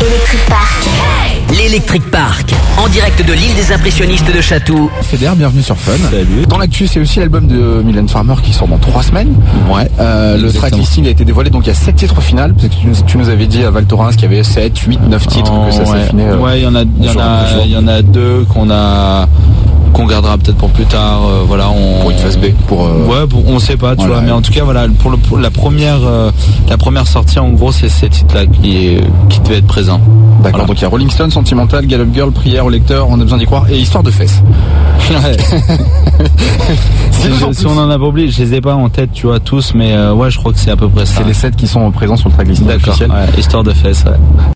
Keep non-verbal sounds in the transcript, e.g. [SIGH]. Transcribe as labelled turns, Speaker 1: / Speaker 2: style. Speaker 1: Electric Park.
Speaker 2: L'Electric Park, en direct de l'île des impressionnistes de Château.
Speaker 3: Feder, bienvenue sur Fun.
Speaker 4: Salut.
Speaker 3: Dans l'actu, c'est aussi l'album de Mylène Farmer qui sort dans trois semaines. Ouais. Euh, le
Speaker 4: Exactement.
Speaker 3: tracklisting a été dévoilé, donc il y a sept titres au final. Parce que tu, nous- tu nous avais dit à Val Thorens qu'il y avait 7, 8, 9 titres,
Speaker 4: Oh,
Speaker 3: que ça
Speaker 4: ouais.
Speaker 3: s'affinait. euh,
Speaker 4: Ouais, il y en a, il y en
Speaker 3: jour
Speaker 4: a,
Speaker 3: après jour.
Speaker 4: il y en a deux qu'on a, qu'on gardera peut-être pour plus tard. euh, voilà, on.
Speaker 3: Pour une phase B, pour, euh,
Speaker 4: Ouais, bon, on sait pas, tu
Speaker 3: Voilà.
Speaker 4: vois. Mais en tout cas, voilà, pour, le- pour la première, euh, la première sortie, en gros, c'est ces titres-là qui, est- qui devait
Speaker 3: [LAUGHS]
Speaker 4: être présent.
Speaker 3: D'accord, donc il y a Rolling Stone, Sentimental, Gallop Girl, Prière au lecteur, On a besoin d'y croire, et Histoire de fesses.
Speaker 4: si,
Speaker 3: toujours
Speaker 4: je-
Speaker 3: plus.
Speaker 4: si on en a pas oublié, je les ai pas en tête, tu vois, tous, mais euh, ouais, je crois que c'est à peu près ça.
Speaker 3: C'est les 7 qui sont présents sur le tracklisting
Speaker 4: D'accord.
Speaker 3: officiel.
Speaker 4: ouais, histoire de fesses. Ouais.